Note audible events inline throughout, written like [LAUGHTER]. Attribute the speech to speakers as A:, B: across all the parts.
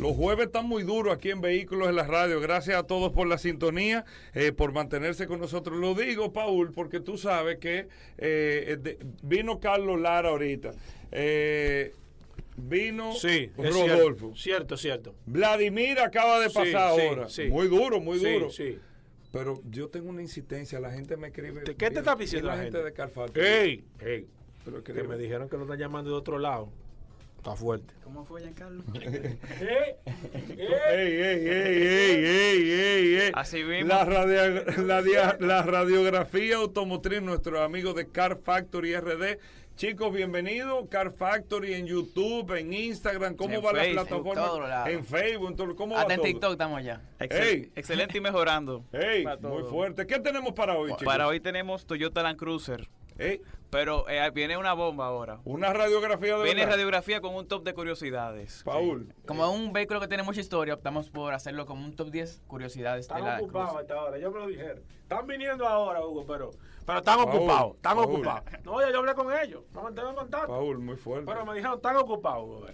A: Los jueves están muy duros aquí en Vehículos en la Radio. Gracias a todos por la sintonía, eh, por mantenerse con nosotros. Lo digo, Paul, porque tú sabes que eh, de- vino Carlos Lara ahorita. Eh, vino
B: Sí, es
A: Rodolfo.
B: Cierto, cierto. cierto.
A: Vladimir acaba de
B: Sí,
A: pasar
B: sí,
A: ahora.
B: sí.
A: Muy duro, muy
B: Sí,
A: duro.
B: sí.
A: Pero yo tengo una insistencia. La gente me escribe.
B: ¿Qué te
A: mira,
B: está diciendo
A: mira
B: la gente?
A: de Carfati.
B: ¡Ey! ¡Ey!
A: Pero
B: Que me dijeron que lo están llamando de otro lado. Está fuerte.
C: ¿Cómo fue, Giancarlo?
D: [LAUGHS]
A: ¡Ey, ey, ey, ey, ey, ey, ey!
D: Así mismo.
A: La, radia- la dia- la radiografía automotriz, nuestros amigos de Car Factory RD. Chicos, bienvenidos. Car Factory en YouTube, en Instagram. ¿Cómo
D: En
A: va
D: Facebook,
A: la
D: en
E: todos
A: plataforma?
E: lados.
A: En Facebook, en todo- ¿cómo
E: Hasta en
A: va todo?
E: TikTok estamos ya.
D: Excel-
A: Ey.
D: Excelente
B: [LAUGHS]
D: y mejorando.
A: ¡Ey!
D: Para todo.
A: Muy fuerte. ¿Qué tenemos para hoy, chicos?
D: Para hoy tenemos Toyota Land Cruiser,
A: Ey,
D: pero eh, viene una bomba ahora.
A: Una radiografía de
D: Viene
A: verdad.
D: radiografía con un top de curiosidades.
A: Paul.
E: Como es un vehículo que tiene mucha historia, optamos por hacerlo como un top 10 curiosidades de la
B: Están ocupados
E: cruz.
B: hasta ahora, ya me lo dijeron. Están viniendo ahora, Hugo, pero, pero están
A: Paul,
B: ocupados, están
A: Paul.
B: ocupados. No, ya yo hablé con ellos, nos mantengo en contacto.
A: Paul, muy fuerte.
B: Pero me dijeron, están ocupados, Hugo.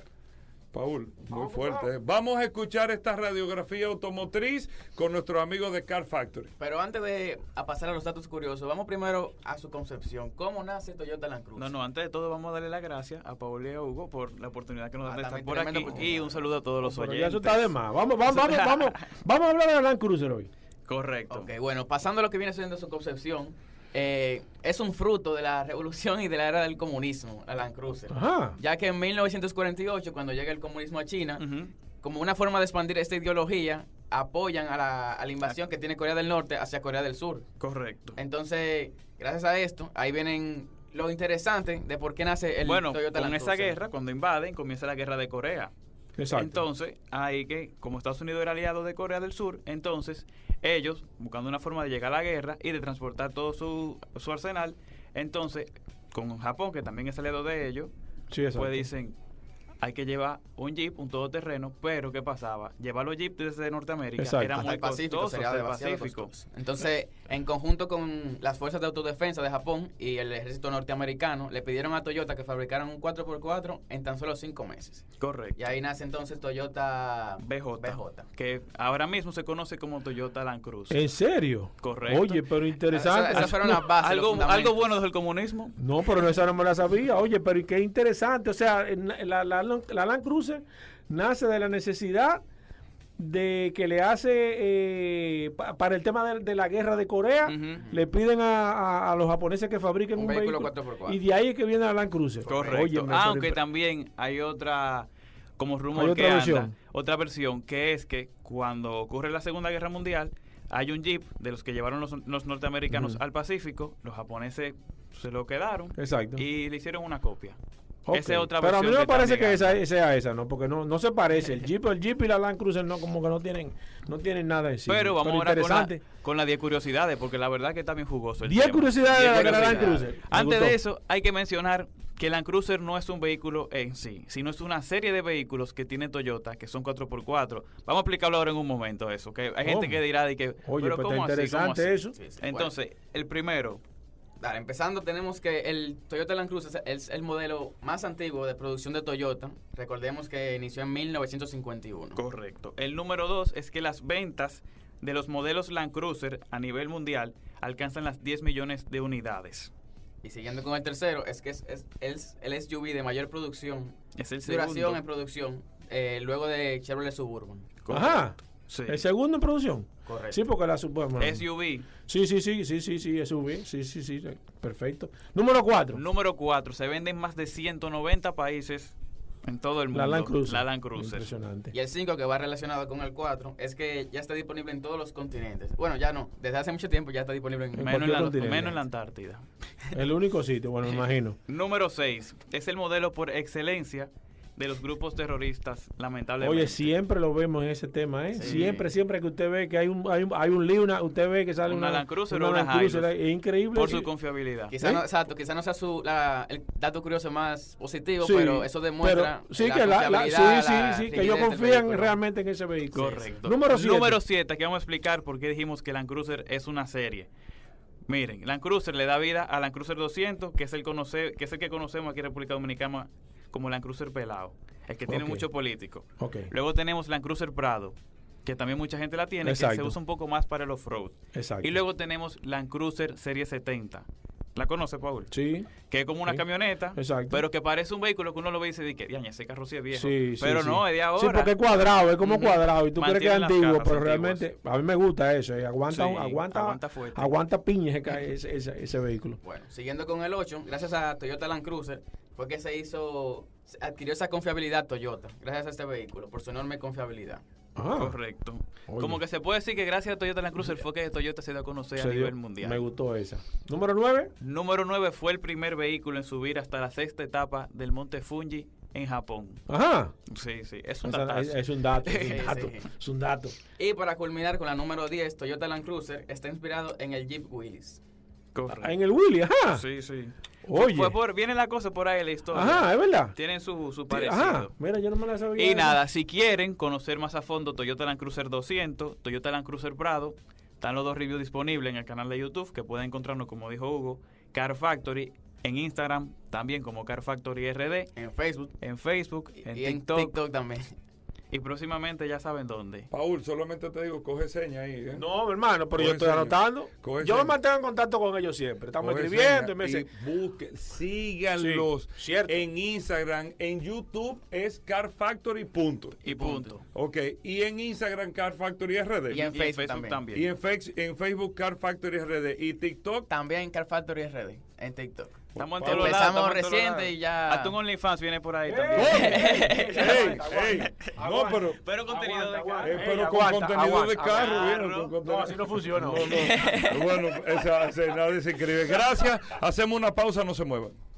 A: Paul, muy
B: Vamos,
A: fuerte.
B: vamos.
A: eh. Vamos a escuchar esta radiografía automotriz con nuestros amigos de Car Factory.
E: Pero antes de a pasar a los datos curiosos, vamos primero a su concepción. ¿Cómo nace Toyota Land Cruiser?
D: No, no, antes de todo vamos a darle las gracias a Paul y a Hugo por la oportunidad que nos dan de
E: Ah,
D: estar
E: también
D: por
E: tremenda
D: aquí.
E: oportunidad.
D: Y un saludo a todos los
B: Pero
D: oyentes.
B: ya eso está de más. Vamos, vamos, [LAUGHS] vamos, vamos, vamos a hablar de Land Cruiser hoy.
D: Correcto.
E: Ok, bueno, pasando a lo que viene siendo su concepción, eh, es un fruto de la revolución y de la era del comunismo, la Land Cruiser.
B: Ajá.
E: Ya que en 1948, cuando llega el comunismo a China,
D: Ujú.
E: como una forma de expandir esta ideología, apoyan a la, a la
D: Ah.
E: invasión que tiene Corea del Norte hacia Corea del Sur.
D: Correcto.
E: Entonces, gracias a esto, ahí vienen lo interesante de por qué nace el
D: bueno,
E: Toyota
D: con
E: Land
D: esa
E: Cruiser.
D: guerra, cuando invaden, comienza la guerra de Corea.
B: Exacto.
D: Entonces, ahí que, como Estados Unidos era aliado de Corea del Sur, entonces ellos, buscando una forma de llegar a la guerra y de transportar todo su, su arsenal, entonces, con Japón, que también es aliado de ellos,
B: sí, exacto.
D: pues dicen, hay que llevar un jeep, un todoterreno, pero ¿qué pasaba? Llevar los jeeps desde Norteamérica
B: Exacto.
D: era
E: Hasta
D: muy
E: el Pacífico,
D: costoso,
E: sería
D: hasta el
E: demasiado
D: Pacífico.
E: costoso. Entonces, en conjunto con las fuerzas de autodefensa de Japón y el ejército norteamericano, le pidieron a Toyota que fabricaran un 4x4 en tan solo cinco meses.
D: Correcto.
E: Y ahí nace entonces Toyota
D: BJ, que ahora mismo se conoce como Toyota Land Cruiser.
B: ¿En serio?
D: Correcto.
B: Oye, pero interesante.
E: Esas- esas fueron las bases. los
D: algo,
E: fundamentos.
D: algo bueno del comunismo.
B: No, pero no, esa no me la sabía. Oye, pero y qué interesante. O sea, en la, la- la- la Land Cruiser nace de la necesidad de que le hace eh, pa- para el tema de, de la guerra de Corea,
D: Ujú.
B: le piden a, a- a los japoneses que fabriquen
E: Un
B: un,
E: vehículo
B: vehículo,
E: 4x4.
B: y de ahí es que viene la Land Cruiser.
D: Correcto.
B: Oye, me
D: Aunque
B: sorpre-
D: también hay otra como rumor
B: Hay otra
D: que anda,
B: versión.
D: otra versión que es que cuando ocurre la Segunda Guerra Mundial hay un jeep de los que llevaron los, los norteamericanos
B: Ujú.
D: al Pacífico, los japoneses se lo quedaron
B: Exacto.
D: y le hicieron una copia.
B: Ok.
D: Esa es otra
B: Pero a mí
D: versión
B: no me
D: que está
B: parece que
D: llegando.
B: esa, sea esa, ¿no? Porque no, no se parece. El Jeep, el Jeep y la Land Cruiser no, como que no tienen, no tienen nada en sí.
D: Pero vamos ahora con la,
B: interesante.
D: con las 10 curiosidades, porque la verdad que está bien jugoso. el
B: 10
D: tema.
B: curiosidades de
D: 10
B: la Gran
D: curiosidades.
B: Land Cruiser. Me
D: Antes
B: gustó.
D: de eso, hay que mencionar que Land Cruiser no es un vehículo en sí, sino es una serie de vehículos que tiene Toyota, que son 4x4. Vamos a explicarlo ahora en un momento eso, que hay gente
B: ¿Cómo?
D: que dirá de que,
B: Oye, pero
D: pero
B: está
D: ¿cómo así? ¿Cómo
B: interesante
D: así?
B: eso.
E: Sí, sí, bueno.
D: Entonces, el primero,
E: Dale, empezando tenemos que el Toyota Land Cruiser es el modelo más antiguo de producción de Toyota. Recordemos que inició en 1951.
D: correcto. El número dos es que las ventas de los modelos Land Cruiser a nivel mundial alcanzan las 10 millones de unidades.
E: Y siguiendo con el tercero, es que es, es- es el SUV de mayor producción,
D: Es el segundo.
E: duración en producción, eh, luego de Chevrolet Suburban.
D: Correcto.
B: Ajá.
D: Sí.
B: El segundo en producción.
E: Correcto.
B: Sí, porque la supongo.
D: SUV.
B: Sí, sí, sí, sí, sí, sí, SUV. Sí, sí, sí, sí. Perfecto. Número 4.
D: Número 4. Se vende en más de 190 países en todo el mundo.
B: la Land Cruiser.
D: La Land Cruiser.
B: Impresionante.
E: Y el 5 que va relacionado con el 4 es que ya está disponible en todos los continentes. Bueno, ya no, desde hace mucho tiempo ya está disponible en...
B: cualquier
D: Menos, en la,
B: continente.
D: menos en la Antártida.
B: El único sitio, bueno,
D: [LAUGHS]
B: me imagino.
D: Número 6. Es el modelo por excelencia de los grupos terroristas, lamentablemente.
B: Oye, siempre lo vemos en ese tema, ¿eh?
E: Sí.
B: Siempre, siempre que usted ve que hay un, hay un, hay un lío, una- usted ve que sale
D: Una
B: una,
D: Land Cruiser o una
B: Land Cruiser,
D: Hilux.
B: Es increíble.
D: Por
B: Sí.
D: su confiabilidad.
E: Quizá
B: ¿Eh?
E: no, exacto, quizá no sea su, la- el dato curioso más positivo,
B: Sí,
E: pero eso demuestra
B: pero sí, que la- la-
E: confiabilidad,
B: sí, sí,
E: la
B: sí, que
E: rigidez
B: ellos
E: del
B: confían
E: vehículo.
B: realmente en ese vehículo.
D: Correcto.
B: Número 7.
D: Número 7. Aquí vamos a explicar por qué dijimos que Land Cruiser es una serie. Miren, Land Cruiser le da vida a Land Cruiser 200, que es el, conoce- que, es el que conocemos aquí en República Dominicana como Land Cruiser pelado. el que tiene
B: Ok.
D: mucho político.
B: Ok.
D: Luego tenemos Land Cruiser Prado, que también mucha gente la tiene, que se
B: Exacto.
D: usa un poco más para el off-road.
B: Exacto.
D: Y luego tenemos Land Cruiser Serie 70. ¿La conoce, Paul?
B: Sí.
D: Que es como una
B: Sí.
D: camioneta,
B: Exacto.
D: pero que parece un vehículo que uno lo ve y dice, que, "Diañe, ese carro sí es viejo.
B: Sí, sí,
D: pero
B: sí.
D: no, es de ahora.
B: Sí, porque es cuadrado, es como
D: Ujú.
B: cuadrado. Y tú crees que es
D: Mantiene las
B: antiguo,
D: cajas
B: pero
D: antiguas.
B: realmente a mí me gusta eso. y aguanta,
D: Sí,
B: aguanta,
D: aguanta fuerte.
B: aguanta piña ese, ca- ese, ese- ese vehículo.
E: Bueno, siguiendo con el 8, gracias a Toyota Land Cruiser fue que se hizo, se adquirió esa confiabilidad Toyota, gracias a este vehículo, por su enorme confiabilidad.
B: Ah,
D: Correcto.
B: Oye.
D: Como que se puede decir que gracias a Toyota Land Cruiser fue que Toyota se dio a conocer
B: se
D: a
B: dio-
D: nivel mundial.
B: Me gustó esa. Número 9.
D: Número 9 fue el primer vehículo en subir hasta la sexta etapa del Monte Fuji en Japón.
B: Ajá.
D: Sí, sí, es un
B: Esa-
D: datazo.
B: es un dato, es un
D: [LAUGHS]
E: Sí, sí.
B: dato. Es un dato.
E: Y para culminar con la número 10, Toyota Land Cruiser está inspirado en el Jeep Willys.
D: Correcto.
B: En el Willy, ajá.
D: Sí, sí.
B: Oye.
D: Fue por, viene la cosa por ahí la historia.
B: Ajá, es verdad.
D: Tienen su, su
B: Ajá.
D: parecido.
B: Mira, yo no me la sabía.
D: Y nada, si quieren conocer más a fondo Toyota Land Cruiser 200, Toyota Land Cruiser Prado, están los dos reviews disponibles en el canal de YouTube que pueden encontrarnos, como dijo Hugo, Car Factory, en Instagram también como Car Factory RD,
E: En Facebook
D: en Facebook,
E: y
D: en
E: y en
D: TikTok,
E: TikTok también. [LAUGHS]
D: y próximamente ya saben dónde.
A: Paul, solamente te digo, coge seña ahí. ¿eh?
B: No, mi hermano, pero yo
A: Coge
B: estoy
A: seña.
B: anotando.
A: Coge
B: Yo me
A: seña.
B: mantengo en contacto con ellos siempre. Estamos
A: Coge
B: escribiendo.
A: seña
B: Y me dicen,
A: y busque- síganlos
B: Sí, cierto.
A: en Instagram, en YouTube es Car Factory punto.
D: Y punto.
A: Ok, y en Instagram Car Factory RD.
E: Y en Facebook también.
A: Y en, Fex- en Facebook Car Factory RD y TikTok
E: También en Car Factory RD, en TikTok.
D: [LAUGHS] Estamos en
A: Paul,
D: todos los lados. estamos
E: empezamos
D: en todos
E: reciente
D: lados.
E: y ya-
D: Hasta un OnlyFans viene por ahí
B: ¡Ey! ¡Ey!
D: también.
A: Ey,
B: [LAUGHS] Aguanta,
A: ey.
B: aguanta,
A: No,
B: aguanta.
A: pero,
D: Pero contenido de
B: Aguanta,
A: eh,
B: aguanta.
D: cara.
A: pero
B: Ey,
A: con
B: aguanta,
A: contenido de
B: aguanta.
A: carro.
D: aguanta.
A: vieron, con contenido-
B: No, así no funciona.
A: No, no. Bueno, esa, esa- nadie se inscribe. Gracias. Hacemos una pausa, no se muevan.